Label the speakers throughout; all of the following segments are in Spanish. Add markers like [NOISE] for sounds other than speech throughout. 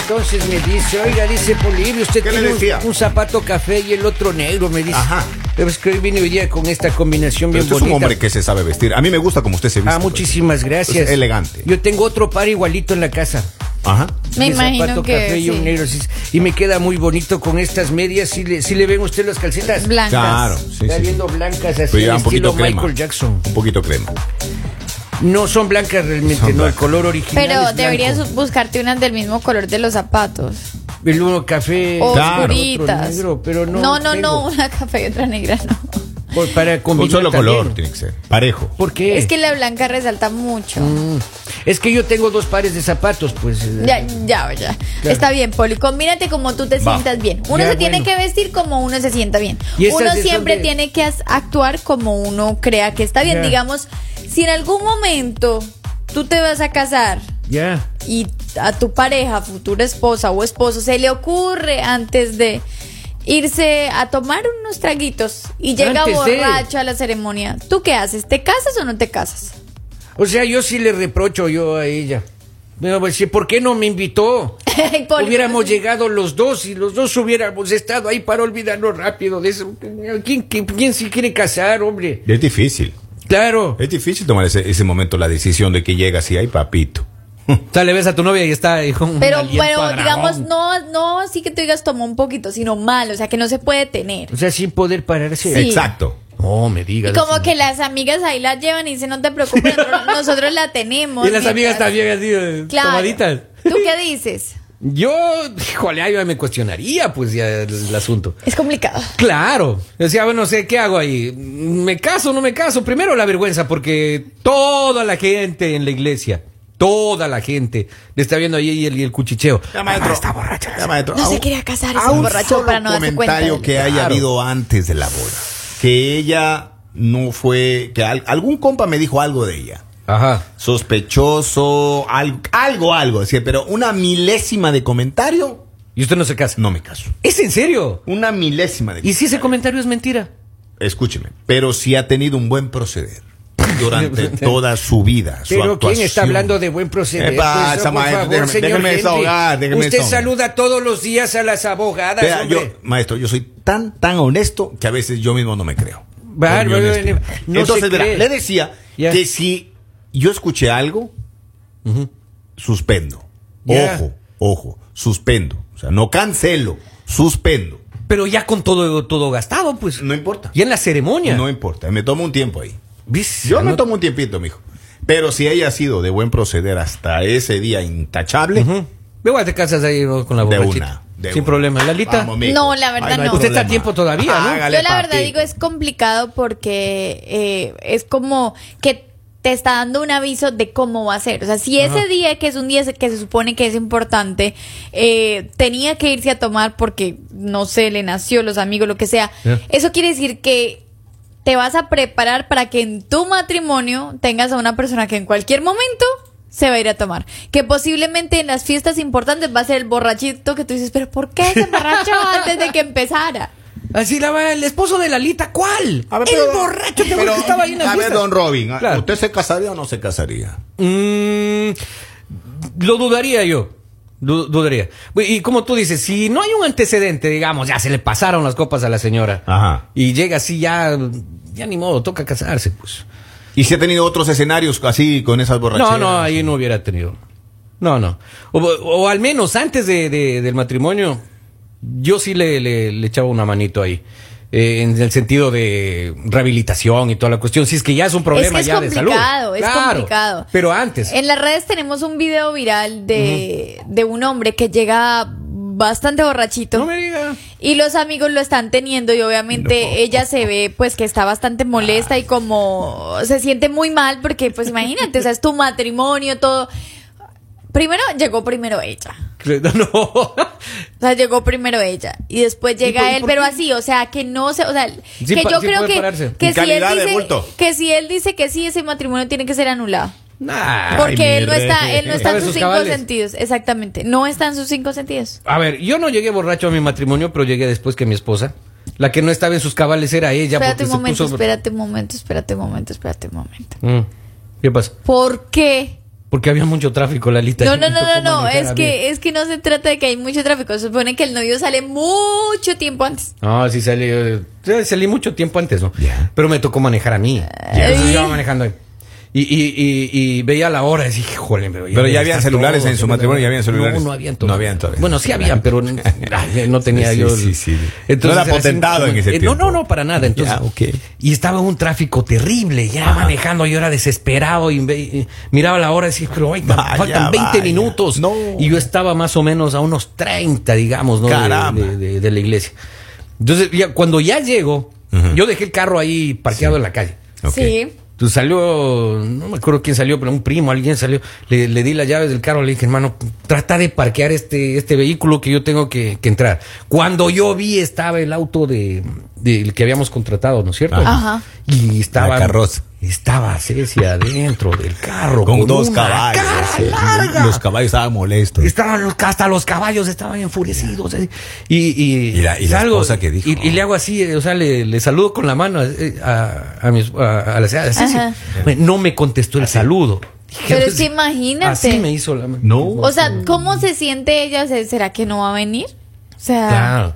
Speaker 1: entonces me dice, oiga, dice Polibio, usted
Speaker 2: ¿Qué le
Speaker 1: tiene un-
Speaker 2: decía?
Speaker 1: Un, zapato café y el otro negro, me dice.
Speaker 2: Ajá.
Speaker 1: Pero es que hoy vine hoy día con esta combinación bien
Speaker 2: Pero usted es
Speaker 1: bonita.
Speaker 2: un hombre que se sabe vestir. A mí me gusta como usted se viste. pues.
Speaker 1: Ah, muchísimas gracias.
Speaker 2: Es elegante.
Speaker 1: Yo tengo otro par igualito en la casa.
Speaker 2: Ajá.
Speaker 3: Me
Speaker 1: Mi
Speaker 3: imagino
Speaker 1: zapato
Speaker 3: que
Speaker 1: café y un
Speaker 3: sí.
Speaker 1: negro, así es. y me queda muy bonito con estas medias. Si le, si le ven usted las calcetas,
Speaker 3: Blancas.
Speaker 2: Claro, sí,
Speaker 1: está
Speaker 2: sí, sí.
Speaker 1: viendo blancas así,
Speaker 2: Pero
Speaker 1: al
Speaker 2: lleva un
Speaker 1: estilo
Speaker 2: poquito crema.
Speaker 1: Michael Jackson.
Speaker 2: Un poquito crema.
Speaker 1: No son blancas realmente,
Speaker 2: Son
Speaker 1: no, el
Speaker 2: blancas.
Speaker 1: color original.
Speaker 3: Pero
Speaker 1: es blanco.
Speaker 3: deberías buscarte unas del mismo color de los zapatos.
Speaker 1: El uno café,
Speaker 3: O
Speaker 2: Claro.
Speaker 1: Eh, otro
Speaker 3: oscuritas.
Speaker 1: negro, pero no.
Speaker 3: no, no,
Speaker 1: tengo.
Speaker 3: no, una café y otra negra, no.
Speaker 1: Por- para combinar
Speaker 2: Un solo
Speaker 1: también.
Speaker 2: color tiene que ser. Parejo.
Speaker 1: ¿Por qué?
Speaker 3: Es que la blanca resalta mucho.
Speaker 1: Mm. Es que yo tengo dos pares de zapatos, pues. eh,
Speaker 3: Ya, ya, ya.
Speaker 1: Claro.
Speaker 3: Está bien, Poli. Combínate como tú te
Speaker 2: Va.
Speaker 3: sientas bien. Uno
Speaker 1: Ya,
Speaker 3: se tiene
Speaker 1: bueno.
Speaker 3: que vestir como uno se sienta bien.
Speaker 1: Y esas
Speaker 3: Uno
Speaker 1: sí son
Speaker 3: siempre
Speaker 1: de-
Speaker 3: tiene que as- actuar como uno crea que está bien.
Speaker 1: Ya.
Speaker 3: Digamos, si en algún momento tú te vas a casar
Speaker 1: Ya.
Speaker 3: y a tu pareja, futura esposa o esposo, se le ocurre antes de irse a tomar unos traguitos y llega
Speaker 1: Antes de.
Speaker 3: borracho a la ceremonia, ¿tú qué haces? ¿Te casas o no te casas? [LAUGHS]
Speaker 1: O sea, yo sí le reprocho yo a ella. Bueno, pues, sí, ¿por qué no me invitó?
Speaker 3: Ay, Poli,
Speaker 1: Hubiéramos llegado los dos y los dos hubiéramos estado ahí para olvidarnos rápido de eso. ¿Quién, quién, quién se quiere casar, hombre?
Speaker 2: Es difícil.
Speaker 1: Claro.
Speaker 4: Eh,
Speaker 2: Es difícil tomar ese, ese momento la decisión de que llega si hay papito.
Speaker 4: Tal vez a tu novia y está ahí con un
Speaker 3: Pero
Speaker 4: aliento a
Speaker 3: bueno,
Speaker 4: dragón.
Speaker 3: digamos, no, no así que tú digas tomó un poquito, sino mal, o sea que no se puede tener.
Speaker 1: O sea, sin poder pararse.
Speaker 3: Sí.
Speaker 2: Exacto.
Speaker 4: No me
Speaker 3: Y
Speaker 4: digas.
Speaker 3: como que las amigas ahí la llevan y dicen, no te preocupes,
Speaker 4: [LAUGHS]
Speaker 3: nosotros- nosotros la tenemos.
Speaker 4: Y las amigas
Speaker 3: mientras-
Speaker 4: también así, eh,
Speaker 3: Claro.
Speaker 4: tomaditas.
Speaker 3: ¿Tú qué dices?
Speaker 4: Yo, híjole, ahí me cuestionaría, pues, ya el, el asunto.
Speaker 3: Es complicado.
Speaker 4: Claro. Decía, bueno, sé qué hago ahí. ¿Me caso o no me caso? Primero la vergüenza, porque toda la gente en la iglesia, toda la gente, le está viendo ahí el, el cuchicheo.
Speaker 2: Ya, maestro. está borracha. Ya, maestro.
Speaker 3: No
Speaker 2: A
Speaker 3: se
Speaker 2: un-
Speaker 3: quería casar,
Speaker 2: a
Speaker 3: es un
Speaker 2: un
Speaker 3: borracho
Speaker 2: solo
Speaker 3: para no darse cuenta.
Speaker 2: comentario que haya
Speaker 4: Claro.
Speaker 2: habido antes de la boda. Que ella no fue. Que al- algún compa me dijo algo de ella.
Speaker 4: Ajá.
Speaker 2: Sospechoso, al- algo, algo. Decía, pero una milésima de comentario,
Speaker 4: Y usted no se casa.
Speaker 2: no me caso.
Speaker 4: ¿Es en serio?
Speaker 2: Una milésima de
Speaker 4: ¿Y si ese comentario es mentira?
Speaker 2: Escúcheme, pero si ha tenido un buen proceder
Speaker 1: [LAUGHS]
Speaker 2: durante toda su vida. su
Speaker 1: Pero ¿quién
Speaker 2: actuación.
Speaker 1: está hablando de buen proceder?
Speaker 2: ¿Qué pasa,
Speaker 1: Pues, oh, por
Speaker 2: maestro?
Speaker 1: favor,
Speaker 2: Déjeme-
Speaker 1: señor
Speaker 2: déjeme
Speaker 1: Henry.
Speaker 2: desahogar, déjeme
Speaker 1: Usted
Speaker 2: desahogar.
Speaker 1: saluda todos los días a las abogadas,
Speaker 2: Vea,
Speaker 1: hombre.
Speaker 2: yo, maestro, yo soy tan, tan honesto que a veces yo mismo no me creo.
Speaker 1: Bárbaro,
Speaker 2: Por mi honestidad.
Speaker 1: no se
Speaker 2: Entonces, verá,
Speaker 1: cree.
Speaker 2: le decía
Speaker 1: Ya.
Speaker 2: que si yo escuché algo, suspendo.
Speaker 1: Ya.
Speaker 2: Ojo, ojo, suspendo. O sea, no cancelo, suspendo.
Speaker 4: Pero ya con todo, todo gastado, pues.
Speaker 2: No importa.
Speaker 4: Y en la ceremonia.
Speaker 2: No importa, me tomo un tiempo ahí.
Speaker 4: ¿Ves?
Speaker 2: Yo me
Speaker 4: No-
Speaker 2: tomo un tiempito, mijo. Pero si haya sido de buen proceder hasta ese día intachable,
Speaker 4: Ujú. Igual te casas ahí ¿no? con la
Speaker 2: de
Speaker 4: borrachita.
Speaker 2: una. de
Speaker 4: Sin
Speaker 2: una.
Speaker 4: problema. Lalita.
Speaker 2: Vamos, mijo.
Speaker 3: No, la verdad
Speaker 2: Ahí hay
Speaker 3: no. Usted
Speaker 4: está a
Speaker 2: problema.
Speaker 4: tiempo todavía, ¿no?
Speaker 2: Hágale,
Speaker 3: Yo la verdad
Speaker 2: papito.
Speaker 3: digo es complicado porque eh, es como que te está dando un aviso de cómo va a ser. O sea, si ese día, que es un día que se supone que es importante, eh, tenía que irse a tomar porque, no sé, le nació, los amigos, lo que sea,
Speaker 4: Ya.
Speaker 3: eso quiere decir que te vas a preparar para que en tu matrimonio tengas a una persona que en cualquier momento se va a ir a tomar. Que posiblemente en las fiestas importantes va a ser el borrachito que tú dices, pero ¿por qué
Speaker 4: [LAUGHS]
Speaker 3: se emborrachó antes de que empezara?
Speaker 4: Así la va el esposo de Lalita. ¿Cuál?
Speaker 2: A ver,
Speaker 4: el
Speaker 2: pero-
Speaker 4: borracho que
Speaker 2: pero,
Speaker 4: estaba ahí en las
Speaker 2: A ver,
Speaker 4: fiestas.
Speaker 2: don Robin, ¿a-
Speaker 4: Claro.
Speaker 2: ¿usted se casaría o no se casaría?
Speaker 4: Mm, lo dudaría yo. Du- dudaría. Y como tú dices, si no hay un antecedente, digamos, ya se le pasaron las copas a la señora.
Speaker 2: Ajá.
Speaker 4: Y llega así ya, ya ni modo, toca casarse, pues.
Speaker 2: ¿Y si ha tenido otros escenarios así con esas
Speaker 4: No,
Speaker 2: borracheras?
Speaker 4: no, ahí no hubiera tenido. No, no. O, o al menos antes de, de- del matrimonio, yo sí le, le- le echaba una manito ahí. Eh, en el sentido de rehabilitación y toda la cuestión. Si es que ya es un problema
Speaker 3: es que es
Speaker 4: ya de salud.
Speaker 3: complicado, es
Speaker 4: Claro,
Speaker 3: complicado.
Speaker 4: Pero antes.
Speaker 3: En las redes tenemos un video viral de, de un hombre que llega bastante borrachito.
Speaker 4: No me diga. [LAUGHS]
Speaker 3: Y los amigos lo están teniendo y obviamente ella se ve pues que está bastante molesta y como se siente muy mal porque pues imagínate, o sea, es tu matrimonio, todo. Primero llegó primero ella.
Speaker 4: No.
Speaker 3: O sea, llegó primero ella y después llega
Speaker 4: ¿Y por- y
Speaker 3: él,
Speaker 4: por
Speaker 3: pero
Speaker 4: qué?
Speaker 3: así, o sea, que no se, o sea, que
Speaker 4: pa-
Speaker 3: yo
Speaker 4: sí
Speaker 3: creo
Speaker 4: puede
Speaker 3: que,
Speaker 4: pararse.
Speaker 3: que
Speaker 2: Y
Speaker 3: si él
Speaker 2: calidad de
Speaker 3: dice
Speaker 2: bulto.
Speaker 3: que si él dice que sí ese matrimonio tiene que ser anulado.
Speaker 4: Nah.
Speaker 3: Porque
Speaker 2: mi
Speaker 3: él no está,
Speaker 2: rey.
Speaker 3: él no está
Speaker 4: Sabe
Speaker 3: en sus
Speaker 4: sus
Speaker 3: cinco
Speaker 4: cabales.
Speaker 3: sentidos, exactamente. No está en sus cinco sentidos.
Speaker 4: A ver, yo no llegué borracho a mi matrimonio, pero llegué después que mi esposa. La que no estaba en sus cabales era ella.
Speaker 3: espérate
Speaker 4: porque
Speaker 3: un
Speaker 4: se
Speaker 3: momento,
Speaker 4: puso-
Speaker 3: espérate un momento, espérate un momento, espérate un momento.
Speaker 4: Mm. ¿Qué pasa?
Speaker 3: ¿Por qué
Speaker 4: Porque había mucho tráfico, Lalita.
Speaker 3: No,
Speaker 4: Yo
Speaker 3: no,
Speaker 4: me
Speaker 3: no,
Speaker 4: tocó
Speaker 3: no, no,
Speaker 4: manejar
Speaker 3: es
Speaker 4: a mí.
Speaker 3: que, es que no se trata de que hay mucho tráfico. Se supone que el novio sale mucho tiempo antes.
Speaker 4: No, sí salí, eh, sí, salí mucho tiempo antes, ¿no?
Speaker 2: Ya.
Speaker 4: Pero me tocó manejar a
Speaker 3: Eh,
Speaker 4: mí. Entonces yo iba manejando ahí. Y, y, y, y veía la hora y dije, híjole, pero
Speaker 2: Pero
Speaker 4: debe estar
Speaker 2: ya habían celulares
Speaker 4: todo,
Speaker 2: en su
Speaker 4: sí,
Speaker 2: matrimonio,
Speaker 4: pero-
Speaker 2: ya habían celulares.
Speaker 4: No, no habían
Speaker 2: No
Speaker 4: todavía.
Speaker 2: habían todavía.
Speaker 4: Bueno, sí habían, pero
Speaker 2: [LAUGHS]
Speaker 4: ay, no tenía
Speaker 2: Sí,
Speaker 4: yo.
Speaker 2: sí,
Speaker 4: el- [LAUGHS]
Speaker 2: sí. No era
Speaker 4: así
Speaker 2: potentado
Speaker 4: como-
Speaker 2: en ese
Speaker 4: eh,
Speaker 2: tiempo.
Speaker 4: No, no, no, para nada. Entonces,
Speaker 2: Ya, ok. Ah.
Speaker 4: Y estaba un tráfico terrible, ya manejando, yo era desesperado y, ve- y miraba la hora y decía, pero ay,
Speaker 2: Vaya,
Speaker 4: faltan 20
Speaker 2: vaya.
Speaker 4: minutos.
Speaker 2: No.
Speaker 4: Y yo estaba más o menos a unos 30, digamos, ¿no? De-
Speaker 2: Caramba.
Speaker 4: de- de, de la iglesia. Entonces, ya, cuando ya llego, yo dejé el carro ahí parqueado en la calle.
Speaker 2: Ok.
Speaker 3: Sí.
Speaker 4: Entonces salió, no me acuerdo quién salió, pero un primo, alguien salió, le, le di las llaves del carro, le dije, hermano, trata de parquear este, este vehículo que yo tengo que, que entrar. Cuando yo vi estaba el auto de, del que habíamos contratado, ¿no es cierto?
Speaker 3: Ajá.
Speaker 4: Y estaba...
Speaker 2: La carroza.
Speaker 4: Estaba Ceci adentro del carro.
Speaker 2: Con, dos
Speaker 4: una
Speaker 2: caballos.
Speaker 4: cara
Speaker 2: sí.
Speaker 4: larga. Este
Speaker 2: Los caballos estaban molestos.
Speaker 4: Estaban los, hasta los caballos estaban enfurecidos. eh. Y, y,
Speaker 2: Y la- y la esposa que dijo.
Speaker 4: Y, y le hago así, eh, o sea, le, le saludo con la mano eh, a, a, mi esp- a- a la señora. Ceci.
Speaker 3: Ajá.
Speaker 4: Bueno, No me contestó el saludo. Dije,
Speaker 3: Pero
Speaker 4: pues,
Speaker 3: es que imagínate.
Speaker 4: Así me hizo la Pues, mano.
Speaker 2: No.
Speaker 3: O sea, ¿cómo se siente ella? O sea, ¿será que no va a venir? O sea,
Speaker 4: Claro.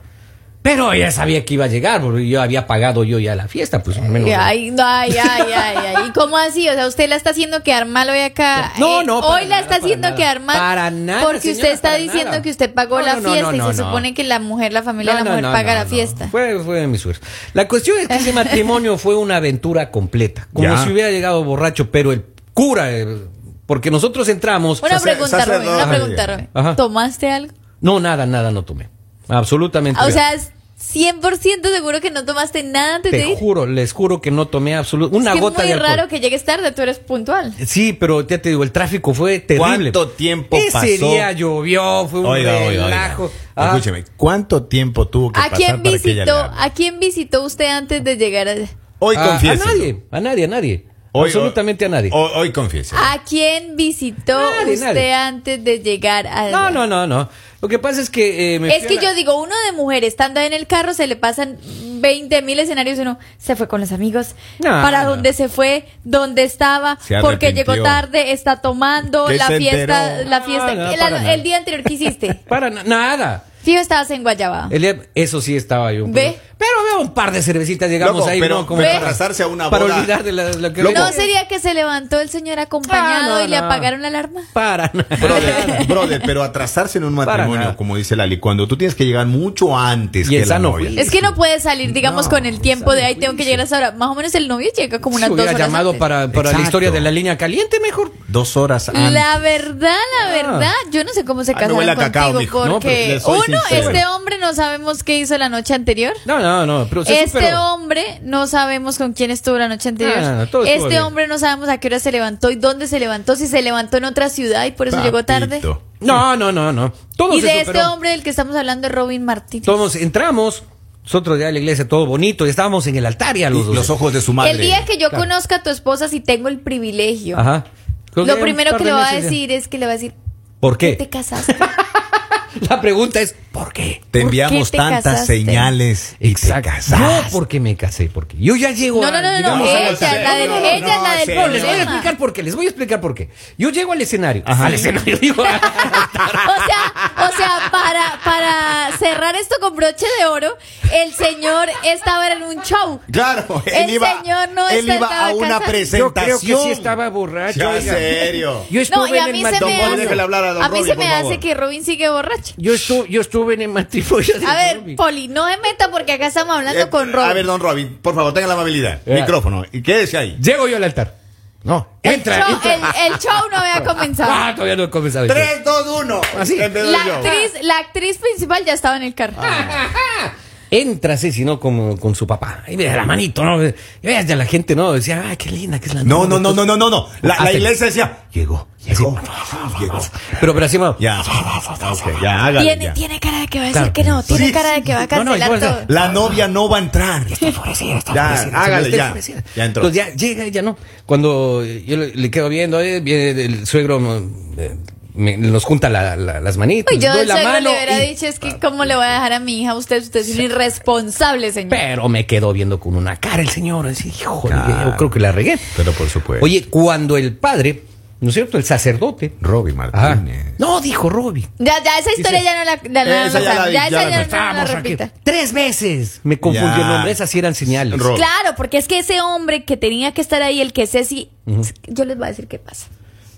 Speaker 4: Pero ella sabía que iba a llegar, porque yo había pagado yo ya la fiesta, pues al menos.
Speaker 3: Ay, no, ay, ay, ay,
Speaker 4: [LAUGHS]
Speaker 3: ay. ¿Y cómo así? O sea, usted la está haciendo quedar mal hoy acá.
Speaker 4: No,
Speaker 3: Eh,
Speaker 4: no, para
Speaker 3: hoy la
Speaker 4: nada,
Speaker 3: está
Speaker 4: para
Speaker 3: haciendo
Speaker 4: nada.
Speaker 3: quedar mal.
Speaker 4: Para nada,
Speaker 3: Porque usted
Speaker 4: señora,
Speaker 3: está
Speaker 4: para
Speaker 3: diciendo
Speaker 4: nada.
Speaker 3: que usted pagó
Speaker 4: No,
Speaker 3: la
Speaker 4: no, no,
Speaker 3: fiesta
Speaker 4: no,
Speaker 3: y se
Speaker 4: no.
Speaker 3: supone que la mujer, la familia, de la mujer paga la fiesta.
Speaker 4: Fue, fue mi suerte. La cuestión es que ese matrimonio fue una aventura completa. Como
Speaker 2: Ya.
Speaker 4: si hubiera llegado borracho, pero el cura, eh, porque nosotros entramos.
Speaker 3: Una
Speaker 2: Sacer-
Speaker 3: pregunta, Rubén,
Speaker 2: sacerdote.
Speaker 3: una pregunta, Rubén.
Speaker 4: Ajá.
Speaker 3: ¿Tomaste algo?
Speaker 4: No, nada, nada no tomé. Absolutamente.
Speaker 3: Ah, O
Speaker 4: nada.
Speaker 3: sea, es 100% seguro que no tomaste nada antes de
Speaker 4: te
Speaker 3: ir.
Speaker 4: juro, les juro que no tomé absolutamente una
Speaker 3: es que
Speaker 4: gota
Speaker 3: es muy
Speaker 4: de alcohol.
Speaker 3: raro que llegues tarde, tú eres puntual.
Speaker 4: Sí, pero ya te digo, el tráfico fue terrible.
Speaker 2: ¿Cuánto tiempo
Speaker 4: Ese
Speaker 2: pasó?
Speaker 4: día llovió, fue un relajo. Ah,
Speaker 2: Escúcheme, ¿cuánto tiempo tuvo que
Speaker 3: ¿A
Speaker 2: pasar
Speaker 3: quién
Speaker 2: para que ella le
Speaker 3: visitó?
Speaker 2: hable?
Speaker 3: ¿A quién visitó usted antes de llegar allá?
Speaker 2: Hoy
Speaker 4: a, Ah, a
Speaker 2: confiese.
Speaker 4: nadie, a nadie, a nadie. absolutamente a nadie.
Speaker 2: Hoy, hoy confiese.
Speaker 3: ¿A quién visitó
Speaker 4: Nadie,
Speaker 3: usted
Speaker 4: nadie.
Speaker 3: antes de llegar allá?
Speaker 4: no, no, no, no. Lo que pasa es que eh, me fui
Speaker 3: Es
Speaker 4: a
Speaker 3: que
Speaker 4: la-
Speaker 3: yo digo, uno de mujer estando en el carro se le pasan 20 mil escenarios y uno se fue con los amigos,
Speaker 4: No,
Speaker 3: para
Speaker 4: no.
Speaker 3: dónde se fue, dónde estaba,
Speaker 2: Se
Speaker 3: porque
Speaker 2: arrepintió.
Speaker 3: llegó tarde, está tomando,
Speaker 2: Que
Speaker 3: la
Speaker 2: se
Speaker 3: fiesta,
Speaker 2: enteró.
Speaker 3: la
Speaker 4: No,
Speaker 3: fiesta.
Speaker 4: no,
Speaker 3: el,
Speaker 4: para
Speaker 3: el
Speaker 4: nada.
Speaker 3: día anterior,
Speaker 4: [LAUGHS]
Speaker 3: ¿qué hiciste?
Speaker 4: para na- nada.
Speaker 3: Fijo, estabas en Guayabao.
Speaker 4: El día- eso sí estaba yo.
Speaker 3: Ah. ¿Ve?
Speaker 4: Pero, veo un par de cervecitas, llegamos
Speaker 2: Loco,
Speaker 4: ahí,
Speaker 2: pero-
Speaker 4: ¿no? Como
Speaker 3: pero
Speaker 4: para
Speaker 2: arrastrarse a una
Speaker 4: Para
Speaker 2: boda.
Speaker 4: olvidar de la, lo que
Speaker 2: Loco.
Speaker 3: ¿No sería que se levantó el señor acompañado
Speaker 4: Ah, no,
Speaker 3: y le
Speaker 4: no.
Speaker 3: apagaron la alarma?
Speaker 4: Para nada.
Speaker 3: [LAUGHS]
Speaker 2: Brother, brother, pero atrasarse en un
Speaker 4: Para
Speaker 2: matrimonio,
Speaker 4: nada.
Speaker 2: como dice Lali, cuando tú tienes que llegar mucho antes
Speaker 4: Y
Speaker 2: que
Speaker 4: el
Speaker 2: la
Speaker 4: sano
Speaker 2: novia.
Speaker 4: juicio.
Speaker 3: Es que no puede salir, digamos,
Speaker 4: No,
Speaker 3: con el tiempo de
Speaker 4: sale
Speaker 3: ahí tengo que llegar a esa hora. Más o menos el novio llega como
Speaker 4: Si
Speaker 3: unas dos
Speaker 4: hubiera
Speaker 3: horas
Speaker 4: llamado
Speaker 3: antes.
Speaker 4: para, para la
Speaker 2: Exacto.
Speaker 4: historia de la línea caliente mejor.
Speaker 2: Dos horas antes.
Speaker 3: La verdad, la verdad, yo no sé cómo se
Speaker 2: Ah, no
Speaker 3: casaron
Speaker 2: huele a
Speaker 3: contigo
Speaker 2: cacao, mijo.
Speaker 3: porque
Speaker 2: No, pero le soy
Speaker 3: uno,
Speaker 2: sincero.
Speaker 3: este hombre no sabemos qué hizo la noche anterior.
Speaker 4: No, no, no. Pero se
Speaker 3: este
Speaker 4: superó.
Speaker 3: hombre no sabemos con quién estuvo la noche anterior.
Speaker 4: No, no, no, todo estuvo
Speaker 3: este
Speaker 4: bien.
Speaker 3: hombre no sabemos a qué hora se levantó y dónde se levantó, si se levantó en otra ciudad y por eso llegó tarde.
Speaker 2: Papito.
Speaker 4: No, no, no, no. Todos
Speaker 3: Y
Speaker 4: se
Speaker 3: de este
Speaker 4: superó.
Speaker 3: hombre del que estamos hablando es Robin Martínez.
Speaker 4: Todos entramos, nosotros ya a la iglesia, todo bonito, y estábamos en el altar ya
Speaker 2: Y
Speaker 4: los dos.
Speaker 2: los ojos de su madre.
Speaker 3: el día que yo
Speaker 4: Claro.
Speaker 3: conozca a tu esposa, si tengo el privilegio,
Speaker 4: Ajá. Creo que ya
Speaker 3: lo
Speaker 4: un
Speaker 3: primero
Speaker 4: par
Speaker 3: que
Speaker 4: de
Speaker 3: le va a
Speaker 4: meses ya.
Speaker 3: decir es que le va a decir,
Speaker 4: ¿Por
Speaker 3: ¿qué te
Speaker 4: qué?
Speaker 3: casaste?
Speaker 4: La pregunta es, ¿por qué?
Speaker 2: Te
Speaker 3: ¿Por
Speaker 2: enviamos
Speaker 3: qué te
Speaker 2: tantas
Speaker 3: casaste?
Speaker 2: señales y te
Speaker 4: No,
Speaker 2: casaste.
Speaker 4: porque me casé, porque yo ya llego
Speaker 3: No,
Speaker 4: a-
Speaker 3: no, no, no,
Speaker 4: digamos,
Speaker 3: ella,
Speaker 4: al altar.
Speaker 3: la del-
Speaker 2: No, no,
Speaker 3: ella,
Speaker 2: no,
Speaker 3: la del
Speaker 2: señor.
Speaker 4: No, les voy a
Speaker 3: problema.
Speaker 4: explicar por qué, les voy a explicar por qué. Yo llego al escenario,
Speaker 2: Ajá.
Speaker 4: al escenario, digo, [LAUGHS] al altar.
Speaker 3: [LAUGHS] O sea, o sea, para, para cerrar esto con broche de oro, el señor estaba en un show.
Speaker 2: Claro, él
Speaker 3: El
Speaker 2: iba,
Speaker 3: señor no
Speaker 2: él
Speaker 3: estaba
Speaker 2: iba a una
Speaker 3: casado.
Speaker 4: Yo
Speaker 2: presentación.
Speaker 4: creo que sí estaba borracho.
Speaker 2: Ya,
Speaker 4: oiga.
Speaker 2: serio.
Speaker 4: Yo
Speaker 3: No,
Speaker 4: estuve
Speaker 3: y a
Speaker 4: en el
Speaker 3: mí se
Speaker 2: Don
Speaker 3: me
Speaker 4: matrimonio.
Speaker 2: Juan, déjale hablar a
Speaker 3: hace,
Speaker 2: don
Speaker 3: a mí se
Speaker 2: Robin,
Speaker 3: me
Speaker 2: por favor.
Speaker 3: hace que Robin sigue borracho.
Speaker 4: Yo estuve, yo estuve en el matrimonio. de
Speaker 3: A ver,
Speaker 4: Bobby.
Speaker 3: Poli, no me meta porque acá estamos hablando
Speaker 2: Eh,
Speaker 3: con
Speaker 2: A ver,
Speaker 3: Robin.
Speaker 2: don Robin, por favor, tenga la amabilidad.
Speaker 4: Ya.
Speaker 2: Micrófono. ¿Y quédese ahí?
Speaker 4: Llego yo al altar. No,
Speaker 3: El
Speaker 4: entra,
Speaker 3: show-
Speaker 4: entra.
Speaker 3: El, el show no había comenzado.
Speaker 4: Ah, todavía no he comenzado.
Speaker 2: 3, 2, 1.
Speaker 4: Así.
Speaker 2: Empezó
Speaker 3: La
Speaker 2: yo.
Speaker 3: actriz, la actriz principal ya estaba en el carro.
Speaker 2: Ah,
Speaker 4: Entra Ceci, ¿no? Con, con su papá. Y me da la manito, ¿no? Y ya la gente, ¿no? Decía, ah, qué linda que es la novia".
Speaker 2: No, no, no, no, no, no, no. La, la
Speaker 4: Hasta-
Speaker 2: iglesia decía, llegó, llegó, llegó.
Speaker 4: Pero, pero así, ¿no?
Speaker 2: Ya, ok, ya, hágale,
Speaker 3: Tiene,
Speaker 2: ya.
Speaker 3: tiene cara de que va a decir
Speaker 4: Claro.
Speaker 3: que no, tiene
Speaker 2: Sí,
Speaker 3: cara
Speaker 2: sí.
Speaker 3: de que va
Speaker 4: No,
Speaker 3: a
Speaker 4: no,
Speaker 3: cancelar
Speaker 4: igual sea.
Speaker 3: todo.
Speaker 2: La novia no va a entrar. Ya,
Speaker 4: Enfurecida,
Speaker 2: hágale,
Speaker 4: está
Speaker 2: ya.
Speaker 4: enfurecida.
Speaker 2: Ya entró.
Speaker 4: Entonces ya llega ella, ¿no? Cuando eh, yo le, le quedo viendo, eh, viene el suegro, mm, eh, me- nos junta la- la- las manitas.
Speaker 3: Uy, yo
Speaker 4: doy
Speaker 3: del
Speaker 4: la
Speaker 3: suegro
Speaker 4: mano
Speaker 3: le hubiera
Speaker 4: y-
Speaker 3: dicho, es
Speaker 2: Ah.
Speaker 3: que cómo le voy a dejar a mi hija a usted, usted es un irresponsable, señor.
Speaker 4: Pero me quedó viendo con una cara el señor. Así, híjole,
Speaker 2: Claro. Pues.
Speaker 4: yo creo que la regué.
Speaker 2: Pero por supuesto.
Speaker 4: Oye, cuando el padre ¿no es cierto? El sacerdote.
Speaker 2: Robbie
Speaker 4: Ajá.
Speaker 2: Martínez.
Speaker 4: No, dijo Robbie.
Speaker 3: Ya, ya esa historia ya no la, ya no la-
Speaker 2: Esa ya la- ya la-
Speaker 3: ya esa ya no Ah, la
Speaker 4: Estamos aquí.
Speaker 3: repita.
Speaker 4: Tres veces me confundió
Speaker 2: Ya.
Speaker 4: el nombre. Esas sí eran señales.
Speaker 2: Ro-
Speaker 3: Claro, porque es que ese hombre que tenía que estar ahí, el que Ceci, yo les voy a decir qué pasa.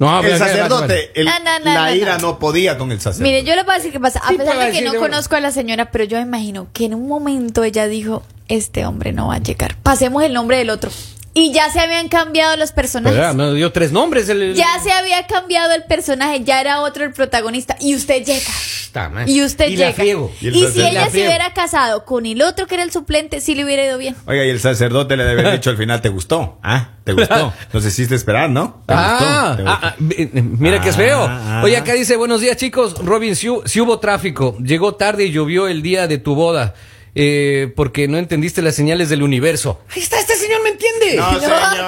Speaker 4: No,
Speaker 2: el
Speaker 4: pero-
Speaker 2: sacerdote, el-
Speaker 3: No, no, no,
Speaker 2: la
Speaker 3: no,
Speaker 2: ira
Speaker 3: no.
Speaker 2: no podía con el sacerdote.
Speaker 3: Mire, yo les voy a decir qué pasa. A
Speaker 1: Sí,
Speaker 3: pesar
Speaker 1: puedo
Speaker 3: de que no
Speaker 1: decirle-
Speaker 3: conozco a la señora, pero yo me imagino que en un momento ella dijo, este hombre no va a llegar. Pasemos el nombre del otro. Y ya se habían cambiado los
Speaker 4: Pero
Speaker 3: personajes.
Speaker 4: Pues ya me dio tres nombres. El, el-
Speaker 3: ya se había cambiado el personaje, ya era otro el protagonista. Y usted llega.
Speaker 4: Está mal.
Speaker 3: Y usted
Speaker 4: Y la
Speaker 3: llega.
Speaker 4: friego.
Speaker 2: Y el
Speaker 3: y si
Speaker 2: sacerdote.
Speaker 3: ella
Speaker 4: La
Speaker 3: se
Speaker 4: friego.
Speaker 3: hubiera casado con el otro que era el suplente, sí le hubiera ido bien.
Speaker 2: Oiga, y el sacerdote le debe haber dicho al final, ¿te gustó? ¿Ah? ¿Te
Speaker 4: [LAUGHS]
Speaker 2: gustó? Nos hiciste esperar, ¿no? ¿Te
Speaker 4: Ah,
Speaker 2: gustó? ¿Te
Speaker 4: ah,
Speaker 2: gustó?
Speaker 4: ah, eh, eh, mira que es feo.
Speaker 2: Ah, ah.
Speaker 4: Oye, acá dice, buenos días chicos, Robin, si, hu- si hubo tráfico, llegó tarde y llovió el día de tu boda, eh, porque no entendiste las señales del universo. Ahí está, este señor me entiende.
Speaker 3: No,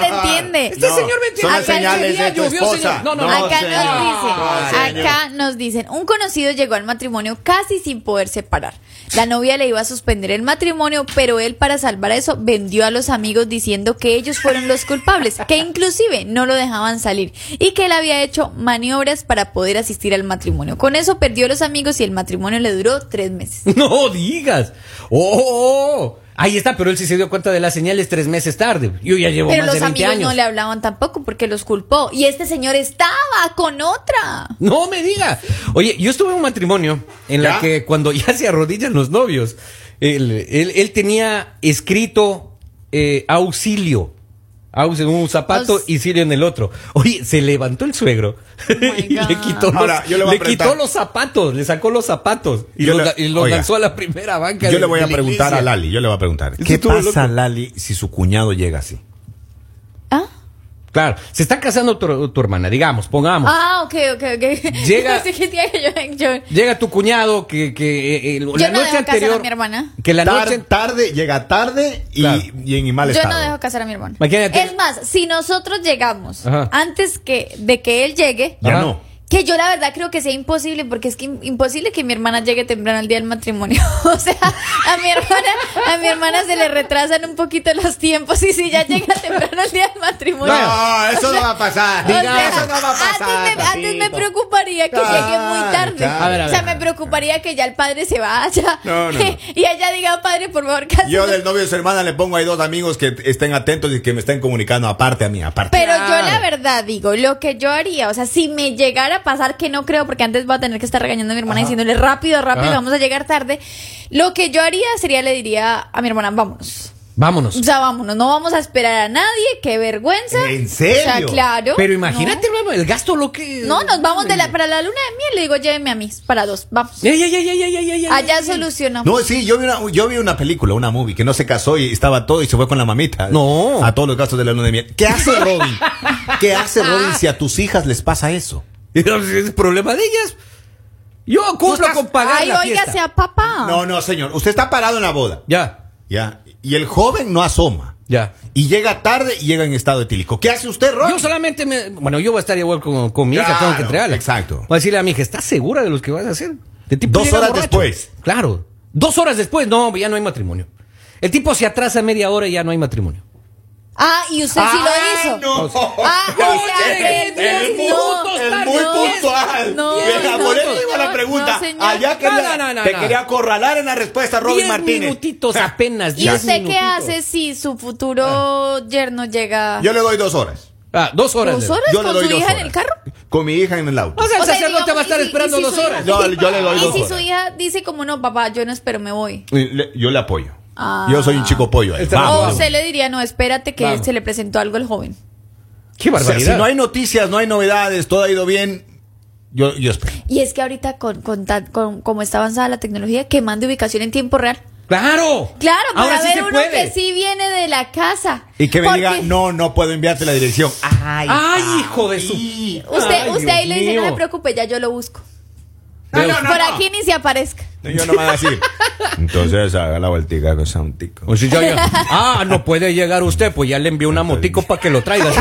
Speaker 3: te entiende.
Speaker 4: Este señor me entiende.
Speaker 2: Son las
Speaker 3: Acá
Speaker 2: señales
Speaker 4: llovía,
Speaker 2: de tu
Speaker 4: llovió,
Speaker 2: esposa.
Speaker 4: señor. No, no,
Speaker 3: acá
Speaker 2: señor.
Speaker 3: nos dicen,
Speaker 2: No, señor.
Speaker 3: acá nos dicen, un conocido llegó al matrimonio casi sin poder separar. La novia le iba a suspender el matrimonio, pero él para salvar eso vendió a los amigos diciendo que ellos fueron los culpables, que inclusive no lo dejaban salir y que él había hecho maniobras para poder asistir al matrimonio. Con eso perdió a los amigos y el matrimonio le duró tres meses.
Speaker 4: [LAUGHS] No digas. Oh, ahí está, pero él sí se dio cuenta de las señales tres meses tarde. Yo ya llevo
Speaker 3: Pero
Speaker 4: más
Speaker 3: los
Speaker 4: de 20
Speaker 3: amigos
Speaker 4: años.
Speaker 3: no le hablaban tampoco porque los culpó y este señor estaba con otra.
Speaker 4: No me diga. Oye, yo estuve en un matrimonio en
Speaker 2: ¿Ya?
Speaker 4: la que cuando ya se arrodillan los novios, él, él- él tenía escrito eh, auxilio. Aux en un zapato
Speaker 3: Aux-
Speaker 4: y Silio en el otro. Oye, se levantó el suegro [LAUGHS] y
Speaker 3: Oh God.
Speaker 4: le quitó, los,
Speaker 2: Ahora, yo le voy a
Speaker 4: le quitó
Speaker 2: preguntar.
Speaker 4: los zapatos, le sacó los zapatos y
Speaker 2: Yo
Speaker 4: los,
Speaker 2: le-
Speaker 4: da- y los
Speaker 2: oiga,
Speaker 4: lanzó a la primera banca.
Speaker 2: Yo
Speaker 4: de-
Speaker 2: le voy
Speaker 4: de
Speaker 2: a
Speaker 4: la
Speaker 2: preguntar
Speaker 4: iglesia.
Speaker 2: a Lali, yo le voy a preguntar.
Speaker 4: Eso
Speaker 2: ¿Qué
Speaker 4: estuvo
Speaker 2: pasa,
Speaker 4: loco.
Speaker 2: Lali, si su cuñado llega así?
Speaker 3: ¿Ah?
Speaker 4: Claro, se está casando tu, tu hermana, digamos, pongamos.
Speaker 3: Ah, ok, ok, ok.
Speaker 4: Llega-
Speaker 3: [LAUGHS] No sé qué día que yo- yo-
Speaker 4: Llega tu cuñado que, que eh, eh, la
Speaker 3: no
Speaker 4: noche
Speaker 3: dejo casar a
Speaker 4: anterior
Speaker 3: mi hermana.
Speaker 4: que la
Speaker 2: Tar-
Speaker 4: noche
Speaker 2: tarde, llega tarde y,
Speaker 4: Claro.
Speaker 2: y en mal
Speaker 3: Yo
Speaker 2: estado.
Speaker 3: no dejo casar a mi hermano.
Speaker 4: Imagínate.
Speaker 3: Es más, si nosotros llegamos
Speaker 4: Ajá.
Speaker 3: antes que de que él llegue,
Speaker 2: Ya
Speaker 4: Ajá.
Speaker 2: no.
Speaker 3: que yo la verdad creo que sea imposible, porque es que im- imposible que mi hermana llegue temprano al día del matrimonio. [LAUGHS] O sea, a mi hermana, a mi hermana se le retrasan un poquito los tiempos y
Speaker 2: [LAUGHS]
Speaker 3: si ya llega temprano al día del matrimonio.
Speaker 2: No, eso no va a pasar.
Speaker 3: O sea,
Speaker 4: Diga, eso no va a
Speaker 3: antes,
Speaker 4: pasar,
Speaker 3: me, antes me
Speaker 2: papito.
Speaker 3: preocuparía que
Speaker 2: Claro,
Speaker 3: llegue muy tarde.
Speaker 2: claro.
Speaker 4: A ver, a
Speaker 3: o sea,
Speaker 4: ver, a
Speaker 3: me preocuparía que ya el padre se vaya.
Speaker 2: No, no, no.
Speaker 3: [LAUGHS] y ella diga, padre, por favor, cásanos".
Speaker 2: Yo del novio de su hermana le pongo ahí dos amigos que estén atentos y que me estén comunicando aparte a mí, aparte.
Speaker 3: Pero yo
Speaker 4: Claro.
Speaker 3: la verdad digo, lo que yo haría, o sea, si me llegara a pasar, que no creo, porque antes voy a tener que estar regañando a mi hermana diciéndole rápido, rápido,
Speaker 4: Ajá.
Speaker 3: vamos a llegar tarde. Lo que yo haría sería, le diría a mi hermana, vámonos.
Speaker 4: Vámonos.
Speaker 3: O sea, vámonos, no vamos a esperar a nadie, qué vergüenza.
Speaker 2: ¿En serio?
Speaker 3: O sea, claro.
Speaker 4: Pero imagínate, hermano, el gasto lo que.
Speaker 3: No, No, nos vamos de la, para la luna de miel, le digo, llévenme a mí, para dos, vamos.
Speaker 4: Ey, ey, ey, ey, ey, ey, ey, ey, [LAUGHS]
Speaker 3: Allá
Speaker 4: ey, ey.
Speaker 3: solucionamos.
Speaker 2: No, sí, yo vi, una, yo vi una película, una movie, que no se casó y estaba todo y se fue con la mamita.
Speaker 4: No.
Speaker 2: A todos los gastos de la luna de miel. ¿Qué hace Robin? ¿Qué hace Robin si a tus hijas les pasa eso?
Speaker 4: Es problema de ellas. Yo cumplo
Speaker 2: estás-
Speaker 4: con pagar
Speaker 3: Ay,
Speaker 4: la
Speaker 3: oiga,
Speaker 4: fiesta.
Speaker 3: sea papá.
Speaker 2: No, no, señor. Usted está parado en la boda.
Speaker 4: Ya,
Speaker 2: Ya. Y el joven no asoma.
Speaker 4: ya.
Speaker 2: Y llega tarde y llega en estado etílico. ¿Qué hace usted, Robin?
Speaker 4: Yo solamente me. Bueno, yo voy a estar igual con, con mi hija,
Speaker 2: Claro,
Speaker 4: tengo que entregarla.
Speaker 2: exacto.
Speaker 4: Voy a decirle a mi hija, ¿estás segura de lo que vas a hacer? El tipo
Speaker 2: Dos
Speaker 4: llega
Speaker 2: horas después.
Speaker 4: Claro. Dos horas después, no, ya no hay matrimonio. El tipo se atrasa media hora y ya no hay matrimonio.
Speaker 3: Ah, y usted sí lo hizo.
Speaker 2: No. [LAUGHS]
Speaker 3: Ah,
Speaker 2: Oye,
Speaker 3: oye,
Speaker 2: el,
Speaker 3: Dios,
Speaker 2: muy-
Speaker 3: no,
Speaker 2: el
Speaker 3: no,
Speaker 2: muy
Speaker 3: no,
Speaker 2: puntual.
Speaker 3: no,
Speaker 2: Venga,
Speaker 3: no,
Speaker 2: por eso
Speaker 3: no,
Speaker 2: iba la
Speaker 3: no,
Speaker 2: pregunta.
Speaker 3: no, señor.
Speaker 2: Allá quería,
Speaker 4: No, no, no,
Speaker 2: te
Speaker 4: no.
Speaker 2: quería acorralar en la respuesta, Robin
Speaker 4: Diez
Speaker 2: Martínez. [LAUGHS]
Speaker 4: minutitos apenas.
Speaker 3: ¿Y
Speaker 4: diez
Speaker 3: usted qué
Speaker 4: minutitos.
Speaker 3: hace si su futuro yerno llega
Speaker 2: Yo le doy dos horas.
Speaker 4: Ah, dos horas.
Speaker 3: dos
Speaker 4: le-
Speaker 3: horas
Speaker 2: Yo le
Speaker 3: con
Speaker 2: doy
Speaker 3: su
Speaker 2: dos
Speaker 3: hija en
Speaker 2: horas.
Speaker 3: el carro?
Speaker 2: Con mi hija en el auto.
Speaker 4: O sea, el
Speaker 3: O sea,
Speaker 4: sacerdote
Speaker 3: digamos,
Speaker 4: va a estar
Speaker 3: y si-
Speaker 4: esperando
Speaker 3: y si
Speaker 4: dos
Speaker 3: su hija-
Speaker 4: horas.
Speaker 2: Yo- yo le doy
Speaker 3: Y
Speaker 2: dos
Speaker 3: si
Speaker 2: horas.
Speaker 3: su hija dice como no, papá, yo no espero, me voy.
Speaker 2: Y le- yo le apoyo.
Speaker 3: Ah.
Speaker 2: Yo soy un chico pollo. ahí.
Speaker 4: Este-
Speaker 2: Vamos,
Speaker 3: o
Speaker 2: vamos.
Speaker 3: usted le diría, no, espérate que
Speaker 4: Vamos.
Speaker 3: se le presentó algo al joven.
Speaker 4: Qué
Speaker 2: O sea,
Speaker 4: barbaridad.
Speaker 2: si no hay noticias, no hay novedades, todo ha ido bien, yo, yo espero.
Speaker 3: Y es que ahorita con, con, tan- con como está avanzada la tecnología, que manda ubicación en tiempo real.
Speaker 4: Claro.
Speaker 3: Claro, para
Speaker 4: Ahora sí
Speaker 3: ver
Speaker 4: se
Speaker 3: uno
Speaker 4: puede.
Speaker 3: que sí viene de la casa.
Speaker 2: Y que me
Speaker 3: Porque
Speaker 2: diga, no, no puedo enviarte la dirección. Ay,
Speaker 4: Ay, hijo de su. Ay,
Speaker 3: Usted, usted
Speaker 4: Dios
Speaker 3: ahí le dice, no
Speaker 4: mío.
Speaker 3: se preocupe, ya yo lo busco.
Speaker 4: No, no,
Speaker 3: Por aquí ni se aparezca.
Speaker 2: Yo no me voy a decir. Entonces haga la vueltica con Santico.
Speaker 4: O si Pues ya
Speaker 3: [LAUGHS]
Speaker 4: llega- Ah, no puede llegar usted, pues ya le envió una motico para que lo traiga.
Speaker 3: [LAUGHS]
Speaker 4: ¿sí?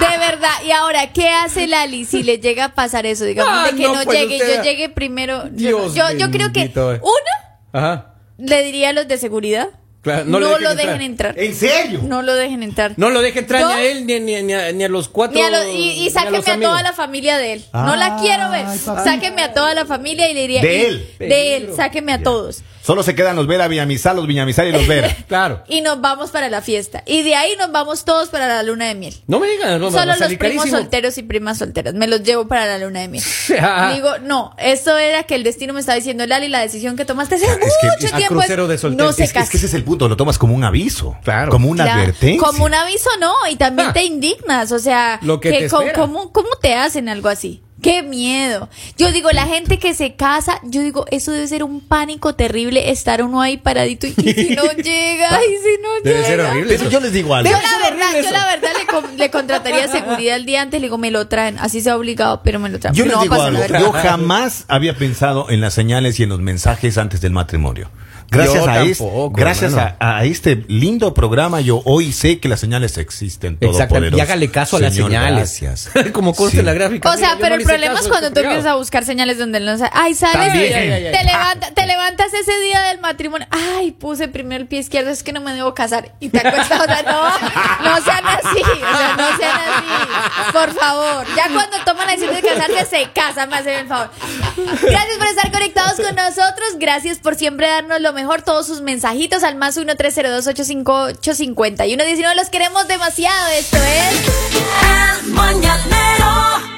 Speaker 3: De verdad. Y ahora, ¿qué hace Lali si le llega a pasar eso? Digamos,
Speaker 4: Ah,
Speaker 3: de que no,
Speaker 4: no, pues,
Speaker 3: llegue.
Speaker 4: usted-
Speaker 3: Yo llegue primero. Yo no.
Speaker 4: Dios
Speaker 3: yo, yo creo que,
Speaker 4: bendito, eh.
Speaker 3: uno,
Speaker 4: Ajá.
Speaker 3: le diría a los de seguridad.
Speaker 4: Claro,
Speaker 3: no,
Speaker 4: le
Speaker 3: lo dejen entrar.
Speaker 2: ¿En serio?
Speaker 3: No lo dejen entrar.
Speaker 4: No lo dejen entrar
Speaker 3: No.
Speaker 4: ni a él ni, ni- ni a, ni a los cuatro.
Speaker 3: Ni a lo- y, y
Speaker 4: ni
Speaker 3: sáquenme
Speaker 4: los
Speaker 3: a,
Speaker 4: amigos.
Speaker 3: toda la familia de él. no la
Speaker 2: Ay,
Speaker 3: quiero ver.
Speaker 2: papá.
Speaker 3: Sáquenme a toda la familia y le diría.
Speaker 2: De
Speaker 3: y-
Speaker 2: él.
Speaker 3: De él. Sáquenme a todos.
Speaker 2: Solo se quedan los Vera Villamizar, los Villamizar y los Vera.
Speaker 4: Claro.
Speaker 3: Y nos vamos para la fiesta. Y de ahí nos vamos todos para la luna de miel.
Speaker 4: No me digan, no,
Speaker 3: Solo
Speaker 4: va a
Speaker 3: los
Speaker 4: salir
Speaker 3: primos
Speaker 4: carísimo.
Speaker 3: solteros y primas solteras. Me los llevo para la luna
Speaker 4: [LAUGHS]
Speaker 3: de miel.
Speaker 4: Ah.
Speaker 3: Digo, no, eso era que el destino me estaba diciendo, Lali, la decisión que tomaste hace mucho
Speaker 2: que-
Speaker 4: es- a
Speaker 3: tiempo.
Speaker 4: crucero de solteros.
Speaker 3: no se
Speaker 2: es, es que
Speaker 3: casen.
Speaker 2: ese es el punto, lo tomas como un aviso.
Speaker 4: Claro.
Speaker 2: Como una
Speaker 3: Claro.
Speaker 2: advertencia.
Speaker 3: Como un aviso, no, y también
Speaker 4: Ah.
Speaker 3: te indignas, o sea,
Speaker 4: Lo que te
Speaker 3: co-
Speaker 4: espera.
Speaker 3: ¿cómo, cómo te hacen algo así? Qué miedo. Yo digo, la gente que se casa, yo digo, eso debe ser un pánico terrible estar uno ahí paradito y, y
Speaker 4: [LAUGHS]
Speaker 3: si no llega, y si no
Speaker 4: Debe
Speaker 3: llega.
Speaker 4: ser horrible.
Speaker 2: Pero yo les digo algo.
Speaker 3: Yo
Speaker 4: ser
Speaker 3: la
Speaker 4: horrible
Speaker 3: verdad, yo
Speaker 4: eso.
Speaker 3: la verdad le, con-
Speaker 2: [LAUGHS]
Speaker 3: le contrataría seguridad el día antes, le digo, me lo traen, así sea obligado, pero me lo traen.
Speaker 2: Yo
Speaker 3: no
Speaker 2: les
Speaker 3: va a
Speaker 2: digo
Speaker 3: pasar, la
Speaker 2: algo.
Speaker 3: verdad.
Speaker 2: Yo jamás había pensado en las señales y en los mensajes antes del matrimonio. Gracias,
Speaker 4: Yo
Speaker 2: a, es-
Speaker 4: tampoco,
Speaker 2: gracias a,
Speaker 4: hermano.
Speaker 2: a este lindo programa, yo hoy sé que las señales existen.
Speaker 4: Exactamente.
Speaker 2: todopoderoso.
Speaker 4: Y hágale caso a las
Speaker 2: Señor,
Speaker 4: señales. [LAUGHS]
Speaker 2: Gracias.
Speaker 4: Como consta
Speaker 2: Sí.
Speaker 4: en la gráfica.
Speaker 3: O
Speaker 4: Mira,
Speaker 3: sea,
Speaker 4: yo no
Speaker 3: pero
Speaker 4: le
Speaker 3: el
Speaker 4: hice
Speaker 3: problema
Speaker 4: caso
Speaker 3: es
Speaker 4: a
Speaker 3: cuando
Speaker 4: este
Speaker 3: tú empiezas a buscar señales donde él no sabe. Ay, ¿sabes?
Speaker 4: También.
Speaker 3: Te,
Speaker 4: Ay, ay, ay.
Speaker 3: te levanta- te levantas ese día del matrimonio. Ay, puse primero el pie izquierdo, es que no me debo casar. Y te acuestas, o sea, no, no sean así, o sea, no sean así. Por favor. Ya cuando toman la decisión de casarse, se casan, me hacen el favor. Gracias por estar conectados con nosotros. Gracias por siempre darnos lo mejor. Todos sus mensajitos al más 1 302 858 5119 Los queremos demasiado. Esto es.
Speaker 5: El mañanero.